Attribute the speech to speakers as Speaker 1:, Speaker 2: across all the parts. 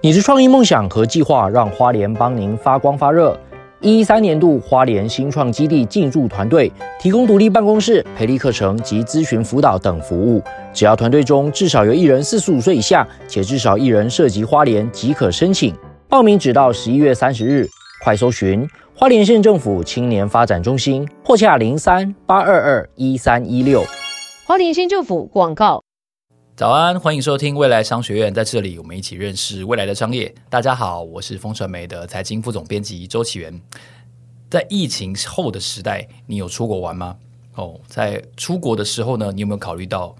Speaker 1: 你的创意梦想和计划让花莲帮您发光发热。一三年度花莲新创基地进驻团队，提供独立办公室、培力课程及咨询辅导等服务。只要团队中至少有一人四十五岁以下，且至少一人涉及花莲，即可申请。报名只到十一月三十日。快搜寻花莲县政府青年发展中心，或洽零三八二二一三一六。
Speaker 2: 花莲县政府广告。
Speaker 3: 早安，欢迎收听未来商学院，在这里我们一起认识未来的商业。大家好，我是风传媒的财经副总编辑周启源。在疫情后的时代，你有出国玩吗？哦，在出国的时候呢，你有没有考虑到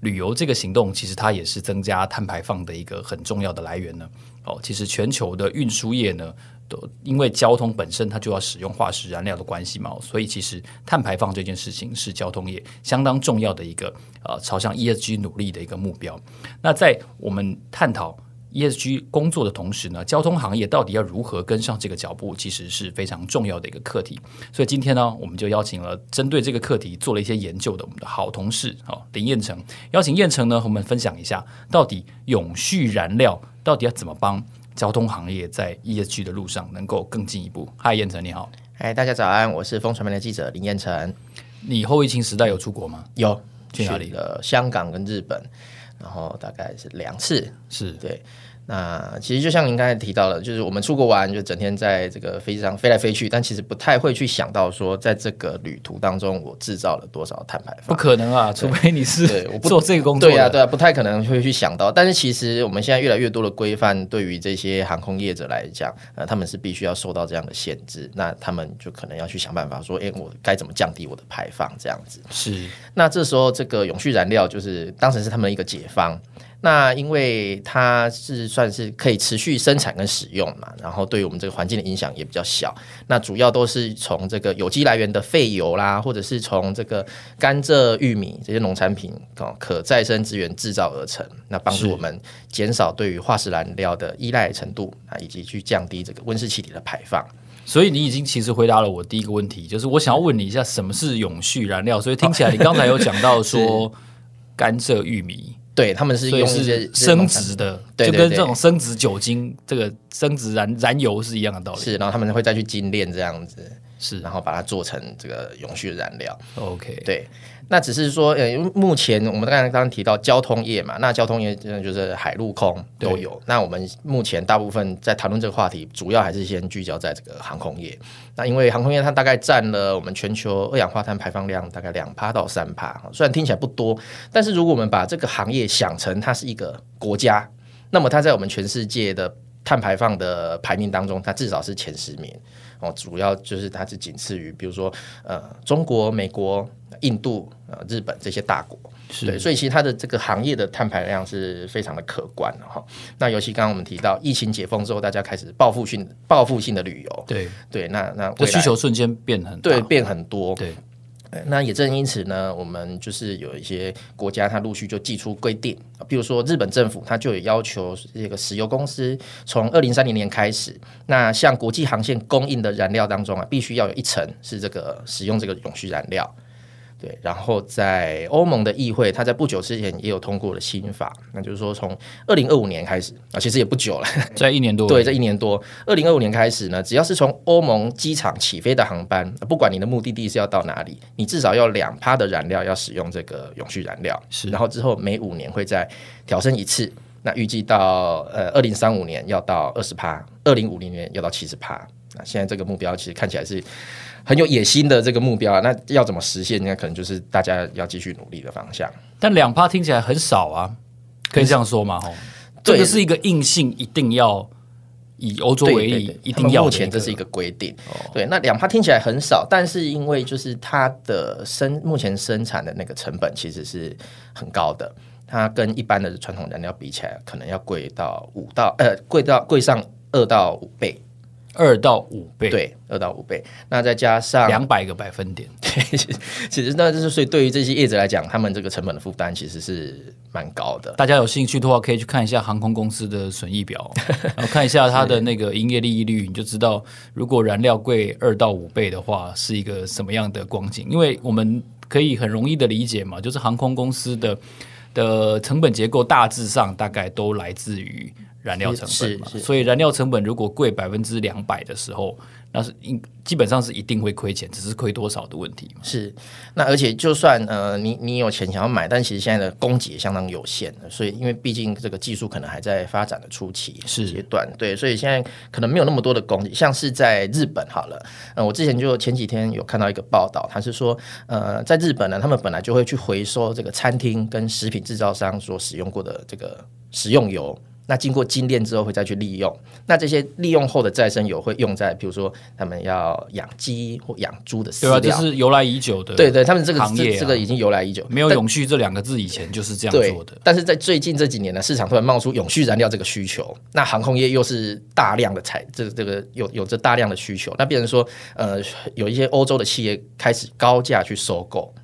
Speaker 3: 旅游这个行动，其实它也是增加碳排放的一个很重要的来源呢？哦，其实全球的运输业呢，都因为交通本身它就要使用化石燃料的关系嘛，所以其实碳排放这件事情是交通业相当重要的一个呃朝向 ESG 努力的一个目标。那在我们探讨 ESG 工作的同时呢，交通行业到底要如何跟上这个脚步，其实是非常重要的一个课题。所以今天呢，我们就邀请了针对这个课题做了一些研究的我们的好同事哦，林彦成，邀请彦成呢，和我们分享一下到底永续燃料到底要怎么帮交通行业在 ESG 的路上能够更进一步。嗨，彦成你好，
Speaker 4: 嗨，大家早安，我是风传媒的记者林彦成。
Speaker 3: 你后疫情时代有出国吗？
Speaker 4: 有
Speaker 3: 去哪里
Speaker 4: 了？香港跟日本，然后大概是两次。
Speaker 3: 是
Speaker 4: 对，那其实就像您刚才提到了，就是我们出国玩，就整天在这个飞机上飞来飞去，但其实不太会去想到说，在这个旅途当中，我制造了多少碳排
Speaker 3: 不
Speaker 4: 放。
Speaker 3: 可能啊，除非你是
Speaker 4: 对我不
Speaker 3: 做这个工作
Speaker 4: 对呀、对
Speaker 3: 啊，
Speaker 4: 啊，不太可能会去想到。但是其实我们现在越来越多的规范，对于这些航空业者来讲，呃，他们是必须要受到这样的限制，那他们就可能要去想办法说，诶，我该怎么降低我的排放这样子。
Speaker 3: 是
Speaker 4: 那这时候这个永续燃料就是当成是他们的一个解方。那因为它是算是可以持续生产跟使用嘛，然后对于我们这个环境的影响也比较小。那主要都是从这个有机来源的废油啦，或者是从这个甘蔗、玉米这些农产品哦可再生资源制造而成。那帮助我们减少对于化石燃料的依赖程度啊，以及去降低这个温室气体的排放。
Speaker 3: 所以你已经其实回答了我第一个问题，就是我想要问你一下什么是永续燃料。所以听起来你刚才有讲到 说甘蔗、玉米，
Speaker 4: 对，他们是
Speaker 3: 所以
Speaker 4: 用一些
Speaker 3: 是升值的，
Speaker 4: 对
Speaker 3: 就
Speaker 4: 对
Speaker 3: 跟这
Speaker 4: 对
Speaker 3: 种升值酒精、这个升值燃燃油是一样的道理。
Speaker 4: 是，然后他们会再去精炼这样子。
Speaker 3: 是
Speaker 4: 然后把它做成这个永续燃料。
Speaker 3: ，OK，
Speaker 4: 对，那只是说，呃，因为目前我们刚才刚刚提到交通业嘛，那交通业真的就是海陆空都
Speaker 3: 对
Speaker 4: 有。那我们目前大部分在谈论这个话题，主要还是先聚焦在这个航空业。那因为航空业它大概占了我们全球二氧化碳排放量大概两趴到三趴，虽然听起来不多，但是如果我们把这个行业想成它是一个国家，那么它在我们全世界的碳排放的排名当中，它至少是前十名哦。主要就是它是仅次于，比如说呃，中国、美国、印度、呃、日本这些大国。对，
Speaker 3: 是
Speaker 4: 所以其实它的这个行业的碳排量是非常的可观的哈。那尤其刚刚我们提到疫情解封之后，大家开始报复性、报复性的旅游，
Speaker 3: 对，
Speaker 4: 对，那那
Speaker 3: 这
Speaker 4: 未来
Speaker 3: 需求瞬间变很大。
Speaker 4: 对变很多，
Speaker 3: 对
Speaker 4: 对那也正因此呢，我们就是有一些国家，它陆续就寄出规定，啊比如说日本政府，它就有要求这个石油公司从二零三零年开始，那向国际航线供应的燃料当中啊，必须要有一成是这个使用这个永续燃料。对，然后在欧盟的议会，它在不久之前也有通过了新法，那就是说从二零二五年开始啊，其实也不久了，
Speaker 3: 在一年多，欸
Speaker 4: 对，这一年多，二零二五年开始呢，只要是从欧盟机场起飞的航班，不管你的目的地是要到哪里，你至少要两趴的燃料要使用这个永续燃料。
Speaker 3: 是
Speaker 4: 然后之后每五年会再调升一次。那预计到呃二零三五年要到二十趴，二零五零年要到七十趴。那现在这个目标其实看起来是很有野心的这个目标啊，那要怎么实现？那可能就是大家要继续努力的方向。
Speaker 3: 但两趴听起来很少啊，可以这样说嘛？吼，这
Speaker 4: 对
Speaker 3: 个是一个硬性，一定要以欧洲
Speaker 4: 对
Speaker 3: 为
Speaker 4: 对
Speaker 3: 例
Speaker 4: 对，
Speaker 3: 一
Speaker 4: 他
Speaker 3: 定
Speaker 4: 们
Speaker 3: 要的。哦
Speaker 4: 目前这是一个规定。对，那两趴听起来很少，但是因为就是它的生目前生产的那个成本其实是很高的，它跟一般的传统燃料比起来，可能要贵到五到呃贵到贵上二到五倍，
Speaker 3: 二到五倍，，
Speaker 4: 对，二到五倍。那再加上
Speaker 3: 两百个百分点。
Speaker 4: 其实那就是所以对于这些业者来讲，他们这个成本的负担其实是蛮高的。
Speaker 3: 大家有兴趣的话，可以去看一下航空公司的损益 表，然后看一下它的那个营业利率，你就知道如果燃料贵二到五倍的话，是一个什么样的光景。因为我们可以很容易的理解嘛，就是航空公司的的成本结构大致上大概都来自于燃料成本嘛，
Speaker 4: 是是
Speaker 3: 所以燃料成本如果贵百分之两百的时候，那是应基本上是一定会亏钱，只是亏多少的问题嘛。
Speaker 4: 是，那而且就算呃你你有钱想要买，但其实现在的供给也相当有限，所以因为毕竟这个技术可能还在发展的初期
Speaker 3: 是
Speaker 4: 阶段，对，所以现在可能没有那么多的供给，像是在日本好了，呃，我之前就前几天有看到一个报道，他是说呃在日本呢，他们本来就会去回收这个餐厅跟食品制造商所使用过的这个食用油。那经过精炼之后会再去利用，那这些利用后的再生油会用在，比如说他们要养鸡或养猪的饲
Speaker 3: 对
Speaker 4: 料，
Speaker 3: 啊，这是由来已久的，
Speaker 4: 对对，他们这个
Speaker 3: 行业、
Speaker 4: 这
Speaker 3: 啊、
Speaker 4: 这个已经由来已久，
Speaker 3: 没有
Speaker 4: 但
Speaker 3: 永续这两个字以前就是这样
Speaker 4: 对
Speaker 3: 做的，。
Speaker 4: 但是在最近这几年呢，市场突然冒出永续燃料这个需求，那航空业又是大量的采这个这个有有着大量的需求，那变成说呃有一些欧洲的企业开始高价去收购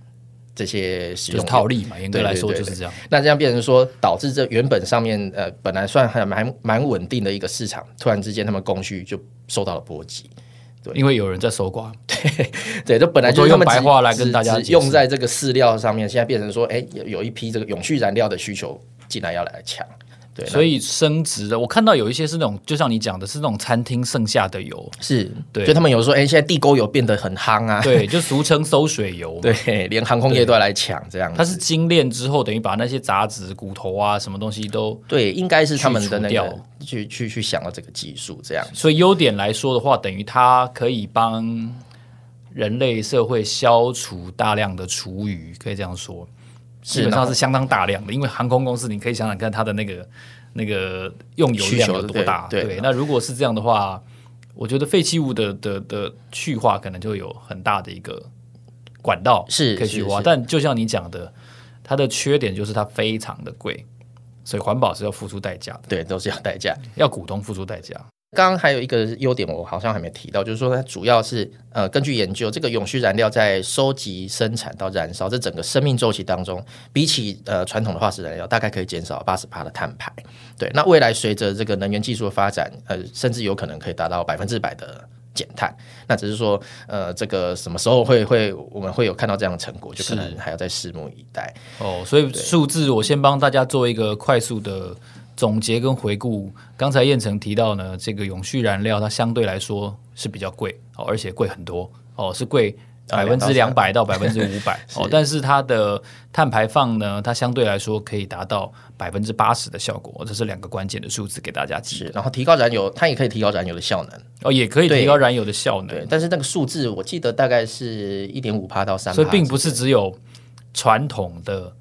Speaker 4: 这些使
Speaker 3: 就是
Speaker 4: 用
Speaker 3: 套
Speaker 4: 油
Speaker 3: 利嘛，严格
Speaker 4: 对
Speaker 3: 来
Speaker 4: 对
Speaker 3: 说
Speaker 4: 对
Speaker 3: 就是
Speaker 4: 对
Speaker 3: 这样。
Speaker 4: 那这样变成说，导致这原本上面呃本来算还蛮蛮稳定的一个市场，突然之间他们供需就受到了波及。对
Speaker 3: 因为有人在搜刮，
Speaker 4: 对，就本来
Speaker 3: 我
Speaker 4: 就
Speaker 3: 都
Speaker 4: 是
Speaker 3: 用
Speaker 4: 他们
Speaker 3: 白
Speaker 4: 只
Speaker 3: 话来
Speaker 4: 只
Speaker 3: 跟大家
Speaker 4: 只
Speaker 3: 解释
Speaker 4: 用在这个饲料上面，现在变成说，哎，有有一批这个永续燃料的需求进来要来抢，对，
Speaker 3: 所以升值的。我看到有一些是那种，就像你讲的，是那种餐厅剩下的 油，
Speaker 4: 那是，
Speaker 3: 对
Speaker 4: 就他们有说，哎，现在地沟油变得很夯啊，
Speaker 3: 对，就俗称馊水油。，
Speaker 4: 对，连航空业都要来抢这样子，
Speaker 3: 它是精炼之后，等于把那些杂质、骨头啊什么东西都。
Speaker 4: 对，应该是他们的那
Speaker 3: 去除
Speaker 4: 个
Speaker 3: 掉
Speaker 4: 去去去想了这个技术这样。
Speaker 3: 所以优点来说的话，等于它可以帮人类社会消除大量的厨余，可以这样说，基本
Speaker 4: 然
Speaker 3: 上
Speaker 4: 后
Speaker 3: 是相当大量的。因为航空公司，你可以想想看它的那 个那个用油
Speaker 4: 需
Speaker 3: 量
Speaker 4: 求
Speaker 3: 有多大。
Speaker 4: 对对
Speaker 3: 那如果是这样的话，我觉得废弃物的的的去化可能就有很大的一个管道
Speaker 4: 是
Speaker 3: 可以去
Speaker 4: 是
Speaker 3: 化。
Speaker 4: 是
Speaker 3: 但就像你讲的，它的缺点就是它非常的贵，所以环保是要付出代价的，
Speaker 4: 对，都是要代价。
Speaker 3: 要股东付出代价。
Speaker 4: 刚刚还有一个优点，我好像还没提到，就是说它主要是呃，根据研究，这个永续燃料在收集、生产到燃烧这整个生命周期当中，比起呃传统的化石燃料，大概可以减少八十帕的碳排。对，那未来随着这个能源技术的发展，呃，甚至有可能可以达到百分之百的减碳。那只是说，呃，这个什么时候会会我们会有看到这样的成果，就可能还要再拭目以待。
Speaker 3: 哦，所以数字我先帮大家做一个快速的总结跟回顾。刚才燕城提到呢，这个永续燃料它相对来说是比较贵哦，而且贵很多哦，是贵
Speaker 4: 啊
Speaker 3: 百分之两
Speaker 4: 200
Speaker 3: 百到百分之五百哦，但是它的碳排放呢，它相对来说可以达到百分之八十的效果，这是两个关键的数字给大家记
Speaker 4: 是
Speaker 3: 得，
Speaker 4: 然后提高燃油，它也可以提高燃油的效能。
Speaker 3: 哦，也可以提
Speaker 4: 对
Speaker 3: 高燃油的效
Speaker 4: 对
Speaker 3: 能，，
Speaker 4: 但是那个数字我记得大概是一点五帕到三，
Speaker 3: 所以并不是只有传统的。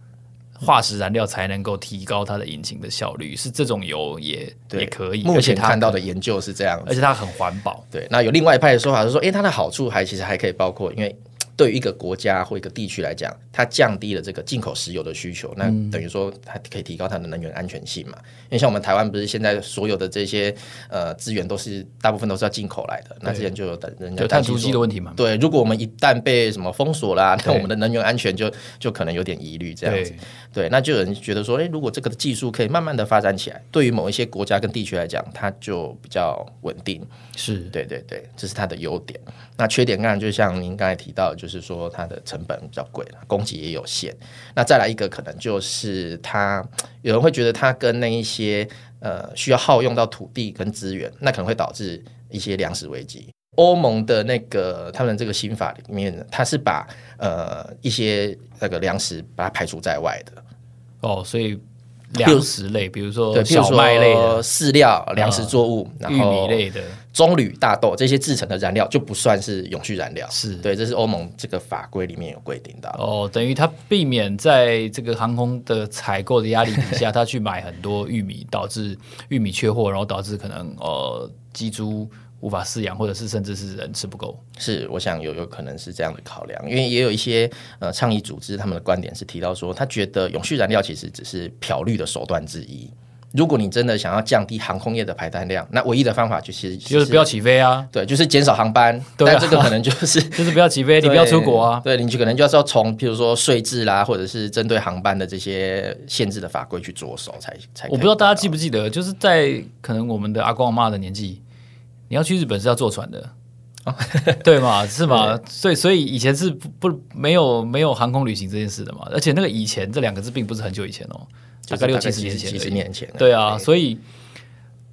Speaker 3: 化石燃料才能够提高它的引擎的效率，是这种油也
Speaker 4: 对
Speaker 3: 也可以。
Speaker 4: 目
Speaker 3: 而且
Speaker 4: 前
Speaker 3: 它
Speaker 4: 看到
Speaker 3: 可
Speaker 4: 的研究是这样子，
Speaker 3: 而且它很环保。
Speaker 4: 对，那有另外一派的说法是说，诶，它的好处还其实还可以包括，因为对于一个国家或一个地区来讲，它降低了这个进口石油的需求，那
Speaker 3: 嗯
Speaker 4: 等于说它可以提高它的能源安全性嘛。因为像我们台湾不是现在所有的这些呃资源都是大部分都是要进口来的，那之前就有人家
Speaker 3: 有碳
Speaker 4: 担心
Speaker 3: 足迹
Speaker 4: 说
Speaker 3: 的问题嘛？
Speaker 4: 对，如果我们一旦被什么封锁啦，那
Speaker 3: 对
Speaker 4: 我们的能源安全就就可能有点疑虑这样子。
Speaker 3: 对，
Speaker 4: 对，那就有人觉得说，诶，如果这个技术可以慢慢的发展起来，对于某一些国家跟地区来讲，它就比较稳定。
Speaker 3: 是
Speaker 4: 对对对，这是它的优点。那缺点当然就像您刚才提到，就是说它的成本比较贵了，供给也有限。那再来一个可能就是它，有人会觉得它跟那一些呃需要耗用到土地跟资源，那可能会导致一些粮食危机。欧盟的那个他们这个新法里面，它是把呃一些那个粮食把它排除在外的。
Speaker 3: 哦，所以粮食类，比如说
Speaker 4: 对，譬如
Speaker 3: 小
Speaker 4: 说
Speaker 3: 麦类的、
Speaker 4: 饲料、粮食作物，然
Speaker 3: 玉米
Speaker 4: 后
Speaker 3: 类的，
Speaker 4: 棕榈、大豆这些制成的燃料就不算是永续燃料，
Speaker 3: 是
Speaker 4: 对，这是欧盟这个法规里面有规定到的。啊
Speaker 3: 哦，等于它避免在这个航空的采购的压力底 下，它去买很多玉米，导致玉米缺货，然后导致可能呃鸡猪无法饲养，或者是甚至是人吃不够。
Speaker 4: 是，我想有有可能是这样的考量，因为也有一些呃倡议组织他们的观点是提到说，他觉得永续燃料其实只是漂绿的手段之一。如果你真的想要降低航空业的排碳量，那唯一的方法就是
Speaker 3: 就是不要起飞啊，
Speaker 4: 对，就是减少航班，
Speaker 3: 对啊
Speaker 4: 但这个可能就是
Speaker 3: 就是不要起飞，你不要出国啊。
Speaker 4: 对，对你就可能就是要从譬如说税制啦，或者是针对航班的这些限制的法规去着手才才可以。
Speaker 3: 我不知道大家记不记得，就是在可能我们的阿公阿妈的年纪，你要去日本是要坐船的，哦对嘛？是嘛？所以所以以前是不不没有没有航空旅行这件事的嘛，而且那个以前这两个字并不是很久以前哦，
Speaker 4: 就是
Speaker 3: 概六
Speaker 4: 大概
Speaker 3: 七十年前而已，啊
Speaker 4: 七十年前了
Speaker 3: 对啊，所以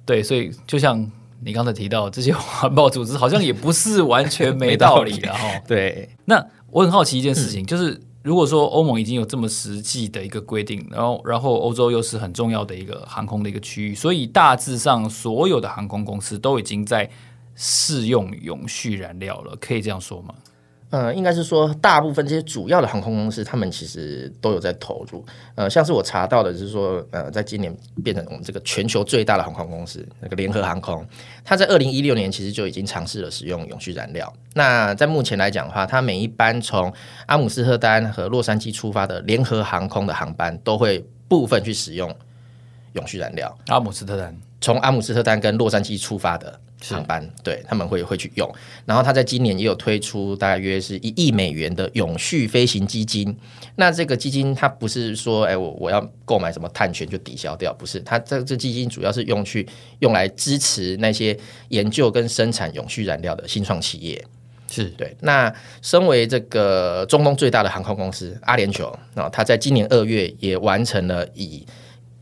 Speaker 3: 对，所以就像你刚才提到，这些 环保组织好像也不是完全没道理的哦哈。
Speaker 4: 对，
Speaker 3: 那我很好奇一件事
Speaker 4: 嗯
Speaker 3: 情，就是如果说欧盟已经有这么实际的一个规定，然后然后欧洲又是很重要的一个航空的一个区域，所以大致上所有的航空公司都已经在试用永续燃料了，可以这样说吗？
Speaker 4: 呃，应该是说大部分这些主要的航空公司，他们其实都有在投入。呃，像是我查到的，就是说，呃，在今年变成我们这个全球最大的航空公司，那个联合航空，它在二零一六年其实就已经尝试了使用永续燃料。那在目前来讲的话，它每一班从阿姆斯特丹和洛杉矶出发的联合航空的航班，都会部分去使用永续燃料。
Speaker 3: 阿姆斯特丹，
Speaker 4: 从阿姆斯特丹跟洛杉矶出发的航班，对他们会会去用。然后他在今年也有推出大约是一亿美元的永续飞行基金。那这个基金它不是说，哎，我我要购买什么碳权就抵消掉，不是。它这这基金主要是用去用来支持那些研究跟生产永续燃料的新创企业。
Speaker 3: 是
Speaker 4: 对，那身为这个中东最大的航空公司阿联酋，那它在今年二月也完成了以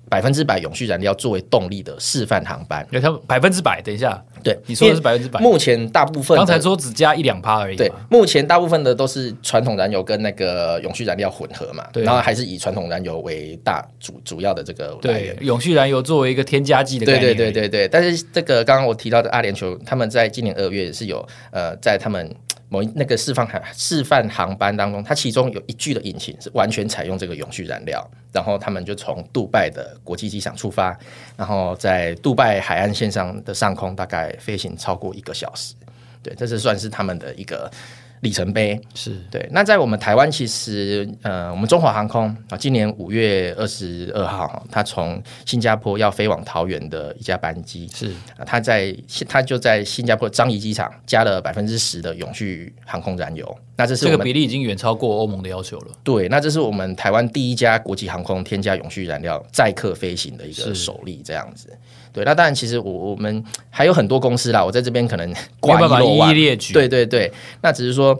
Speaker 4: 百分之百永续燃料作为动力的示范航班。
Speaker 3: 因为他们百分之百。等一下，
Speaker 4: 对，
Speaker 3: 你说的是
Speaker 4: 因为
Speaker 3: 百分之百，
Speaker 4: 目前大部分
Speaker 3: 刚
Speaker 4: 的
Speaker 3: 才说只加一两趴而已
Speaker 4: 对
Speaker 3: 嘛。，
Speaker 4: 目前大部分的都是传统燃油跟那个永续燃料混合嘛，
Speaker 3: 对啊
Speaker 4: 然后还是以传统燃油为大主主要的这个来源
Speaker 3: 对，。永续燃油作为一个添加剂的概
Speaker 4: 对
Speaker 3: 念而
Speaker 4: 对
Speaker 3: 已，
Speaker 4: 对对对，但是这个刚刚我提到的阿联酋，他们在今年二月是有呃，在他们某一那个示范航示范航班当中，它其中有一具的引擎是完全采用这个永续燃料，然后他们就从杜拜的国际机场出发，然后在杜拜海岸线上的上空大概飞行超过一个小时，对，这是算是他们的一个里程碑。
Speaker 3: 是
Speaker 4: 对，那在我们台湾，其实呃，我们中华航空啊，今年五月二十二号哈，它从新加坡要飞往桃园的一架班机，
Speaker 3: 是
Speaker 4: 啊它在它就在新加坡樟宜机场加了百分之十的永续航空燃油，那这是
Speaker 3: 这
Speaker 4: 我
Speaker 3: 个
Speaker 4: 们
Speaker 3: 比例已经远超过欧盟的要求了。
Speaker 4: 对，那这是我们台湾第一家国际航空添加永续燃料载客飞行的一个首例，这样子。对，那当然，其实我我们还有很多公司啦，我在这边可能
Speaker 3: 没
Speaker 4: 挂
Speaker 3: 办法
Speaker 4: 漏
Speaker 3: 一
Speaker 4: 万
Speaker 3: 一列举啊
Speaker 4: 对对对，那只是说。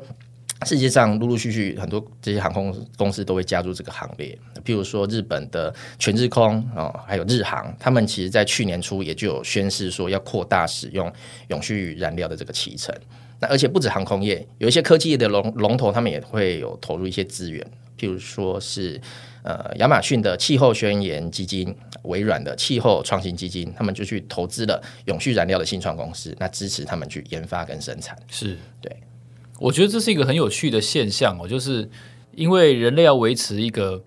Speaker 4: 世界上陆陆续续很多这些航空公司都会加入这个行列，譬如说日本的全日空哦，还有日航，他们其实在去年初也就有宣示说要扩大使用永续燃料的这个骑乘。那而且不止航空业，有一些科技业的龙龙头，他们也会有投入一些资源，譬如说是呃亚马逊的气候宣言基金、微软的气候创新基金，他们就去投资了永续燃料的新创公司，那支持他们去研发跟生产。
Speaker 3: 是
Speaker 4: 对，
Speaker 3: 我觉得这是一个很有趣的现象哦，就是因为人类要维持一个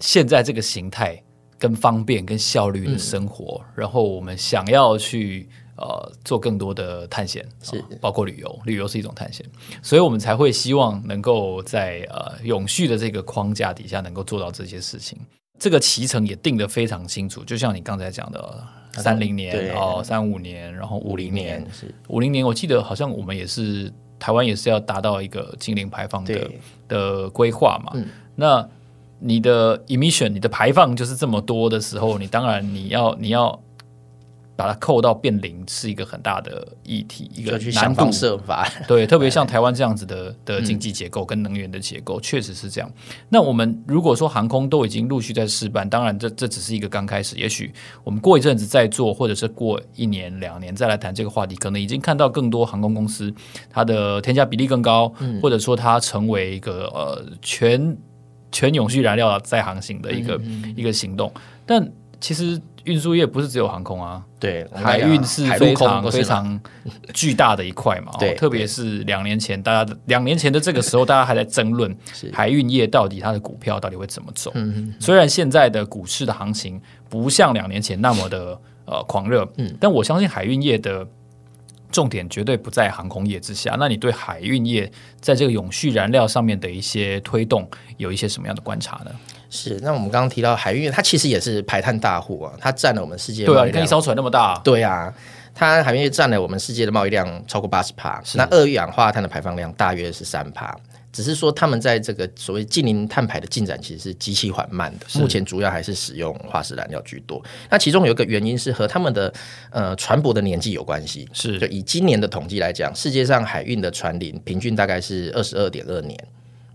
Speaker 3: 现在这个形态、跟方便、跟效率的生活，
Speaker 4: 嗯
Speaker 3: 然后我们想要去呃做更多的探险，
Speaker 4: 是
Speaker 3: 哦包括旅游，旅游是一种探险，所以我们才会希望能够在呃永续的这个框架底下能够做到这些事情。这个骑程也定得非常清楚，就像你刚才讲的，呃三零
Speaker 4: 对
Speaker 3: 年哦，三五年，然后五零年，
Speaker 4: 是
Speaker 3: 五零年，我记得好像我们也是台湾也是要达到一个净零排放的
Speaker 4: 对
Speaker 3: 的规划嘛。
Speaker 4: 嗯
Speaker 3: 那你的 emission，你的排放就是这么多的时候，你当然你要你要把它扣到变零，是一个很大的议题，一个
Speaker 4: 就去
Speaker 3: 难
Speaker 4: 想
Speaker 3: 度
Speaker 4: 方。设 法。
Speaker 3: 对，特别像台湾这样子的的经济结构跟能源的结构，确实是这样。那我们如果说航空都已经陆续在试办，当然这这只是一个刚开始，也许我们过一阵子再做，或者是过一年两年再来谈这个话题，可能已经看到更多航空公司它的添加比例更高，或者说它成为一个呃全全永续燃料再航行的一个、一个行动。但其实运输业不是只有航空啊，
Speaker 4: 对，我们
Speaker 3: 海
Speaker 4: 来讲
Speaker 3: 运是
Speaker 4: 海陆
Speaker 3: 非
Speaker 4: 空
Speaker 3: 常
Speaker 4: 都是
Speaker 3: 非
Speaker 4: 嘛
Speaker 3: 常巨大的一块嘛，哦
Speaker 4: 对
Speaker 3: 特别是两年前，大家两年前的这个时候，大家还在争论
Speaker 4: 是
Speaker 3: 海运业到底它的股票到底会怎么走。
Speaker 4: 嗯
Speaker 3: 虽然现在的股市的行情不像两年前那么的呃狂热，
Speaker 4: 嗯
Speaker 3: 但我相信海运业的重点绝对不在航空业之下。那你对海运业在这个永续燃料上面的一些推动，有一些什么样的观察呢？
Speaker 4: 是。那我们刚刚提到海运，它其实也是排碳大户啊，它占了我们世界
Speaker 3: 对啊，
Speaker 4: 贸易
Speaker 3: 你看一
Speaker 4: 量
Speaker 3: 艘船那么大，
Speaker 4: 对啊，它海运业占了我们世界的贸易量超过八十帕，那二氧化碳的排放量大约是三帕。只是说，他们在这个所谓近零碳排的进展其实是极其缓慢的，目前主要还是使用化石燃料居多。那其中有一个原因是和他们的呃船舶的年纪有关系。
Speaker 3: 是
Speaker 4: 就以今年的统计来讲，世界上海运的船龄平均大概是二十二点二年，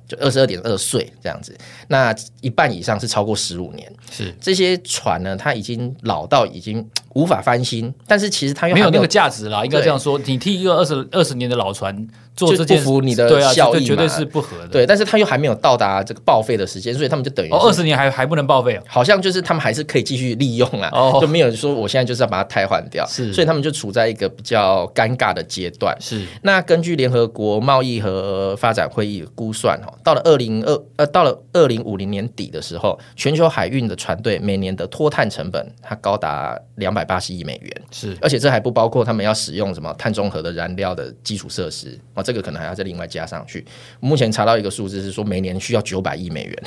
Speaker 4: 就二十二点二岁这样子。那一半以上是超过十五年，
Speaker 3: 是
Speaker 4: 这些船呢，它已经老到已经无法翻新，但是其实它又
Speaker 3: 没
Speaker 4: 还
Speaker 3: 有那
Speaker 4: 有
Speaker 3: 个价值啦，应该这样说，你替一个二十二十年的老船做这件
Speaker 4: 就不符你的
Speaker 3: 对啊，
Speaker 4: 效
Speaker 3: 这
Speaker 4: 益
Speaker 3: 绝对
Speaker 4: 嘛
Speaker 3: 是不合的。
Speaker 4: 对，但是它又还没有到达这个报废的时间，所以他们就等于
Speaker 3: 哦，
Speaker 4: 是
Speaker 3: 二十年还还不能报废哦。
Speaker 4: 好像就是他们还是可以继续利用啊，
Speaker 3: 哦
Speaker 4: 就没有说我现在就是要把它汰换掉，
Speaker 3: 是
Speaker 4: 所以他们就处在一个比较尴尬的阶段。
Speaker 3: 是
Speaker 4: 那根据联合国贸易和发展会议估算，哦，到了二零二呃，到了二零五零年底的时候，全球海运的船队每年的脱碳成本它高达两百八十亿美元，
Speaker 3: 是，
Speaker 4: 而且这还不包括他们要使用什么碳中和的燃料的基础设施哦，这个可能还要再另外加上去。目前查到一个数字是说，每年需要九百亿美元。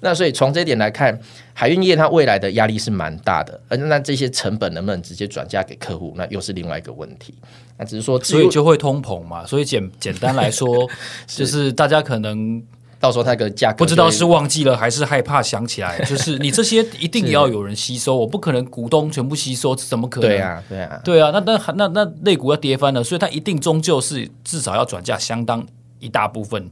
Speaker 4: 那所以从这一点来看，海运业它未来的压力是蛮大的，而那这些成本能不能直接转嫁给客户，那又是另外一个问题。那只是说，
Speaker 3: 所以就会通膨嘛。所以简简单来 说，就是大家可能
Speaker 4: 到时候它的价格
Speaker 3: 不知道
Speaker 4: 就会
Speaker 3: 是忘记了还是害怕想起来，就是你这些一定也要有人吸收，我不可能股东全部吸收，怎么可能？
Speaker 4: 对啊，对啊，
Speaker 3: 对啊，那那那那肋骨要跌翻了，所以它一定终究是至少要转嫁相当一大部分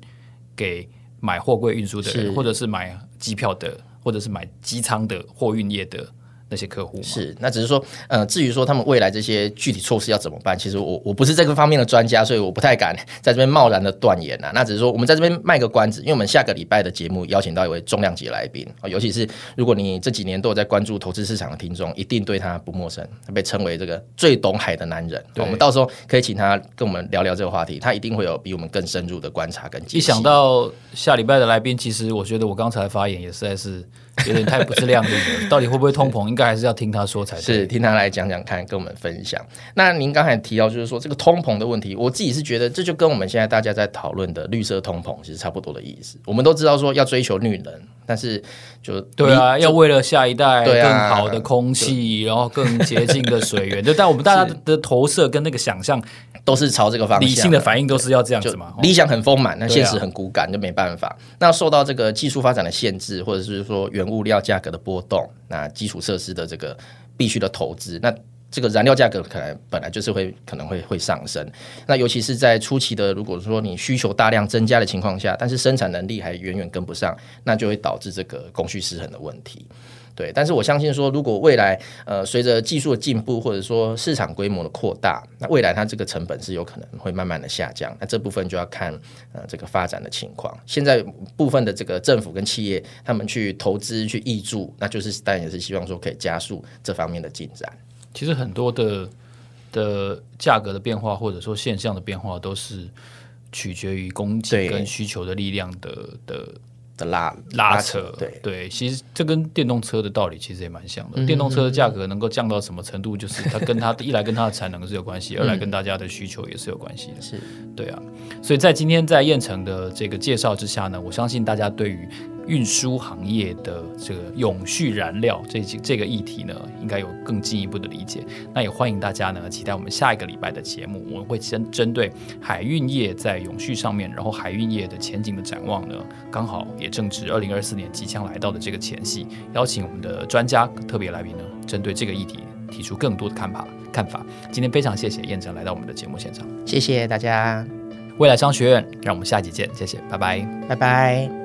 Speaker 3: 给买货柜运输的
Speaker 4: 是
Speaker 3: 人，或者是买机票的，或者是买机舱的货运业的那些客户嘛。
Speaker 4: 是，那只是说，呃，至于说他们未来这些具体措施要怎么办，其实我我不是这个方面的专家，所以我不太敢在这边贸然的断言啊。那只是说，我们在这边卖个关子，因为我们下个礼拜的节目邀请到一位重量级来宾，哦尤其是如果你这几年都有在关注投资市场的听众，一定对他不陌生，他被称为这个最懂海的男人。哦
Speaker 3: 对
Speaker 4: 我们到时候可以请他跟我们聊聊这个话题，他一定会有比我们更深入的观察跟解析。
Speaker 3: 一想到下礼拜的来宾，其实我觉得我刚才发言也实在是有点太不自量力 了。到底会不会通膨，应该还是要听他说才
Speaker 4: 是
Speaker 3: 对。
Speaker 4: 听他来讲讲看，跟我们分享。那您刚才提到就是说这个通膨的问题，我自己是觉得这就跟我们现在大家在讨论的绿色通膨其实差不多的意思。我们都知道说要追求绿能，但是就
Speaker 3: 对啊，
Speaker 4: 你
Speaker 3: 要为了下一代
Speaker 4: 对
Speaker 3: 更
Speaker 4: 啊
Speaker 3: 好的空气，然后更洁净的水源，就但我们大家的投射跟那个想象，
Speaker 4: 都是朝这个方向
Speaker 3: 理性的反应都是要这样
Speaker 4: 就
Speaker 3: 子嘛。哦
Speaker 4: 理想很丰满，那
Speaker 3: 对啊
Speaker 4: 现实很骨感，就没办法。那受到这个技术发展的限制，或者是说原物料价格的波动，那基础设施的这个必须的投资，那这个燃料价格可能本来就是会可能会会上升。那尤其是在初期的，如果说你需求大量增加的情况下，但是生产能力还远远跟不上，那就会导致这个供需失衡的问题。对，但是我相信说，如果未来呃随着技术的进步，或者说市场规模的扩大，那未来它这个成本是有可能会慢慢的下降。那这部分就要看呃这个发展的情况。现在部分的这个政府跟企业他们去投资去挹注，那就是当然也是希望说可以加速这方面的进展。
Speaker 3: 其实很多的的价格的变化，或者说现象的变化，都是取决于供给
Speaker 4: 对
Speaker 3: 跟需求的力量的的
Speaker 4: 的拉
Speaker 3: 拉扯。
Speaker 4: 对，
Speaker 3: 其实这跟电动车的道理其实也蛮像的。电动车的价格能够降到什么程度，就是它跟它一来跟它的产能是有关系，二来跟大家的需求也是有关系的。
Speaker 4: 是，
Speaker 3: 对啊。所以在今天在燕城的这个介绍之下呢，我相信大家对于运输行业的这个永续燃料这这个议题呢，应该有更进一步的理解。那也欢迎大家呢，期待我们下一个礼拜的节目，我们会先针对海运业在永续上面，然后海运业的前景的展望呢，刚好也正值二零二四年即将来到的这个前夕，邀请我们的专家特别来宾呢，针对这个议题提出更多的看法看法。今天非常谢谢燕城来到我们的节目现场，
Speaker 4: 谢谢大家，
Speaker 3: 未来商学院，让我们下集见，谢谢，拜拜。
Speaker 4: 拜拜。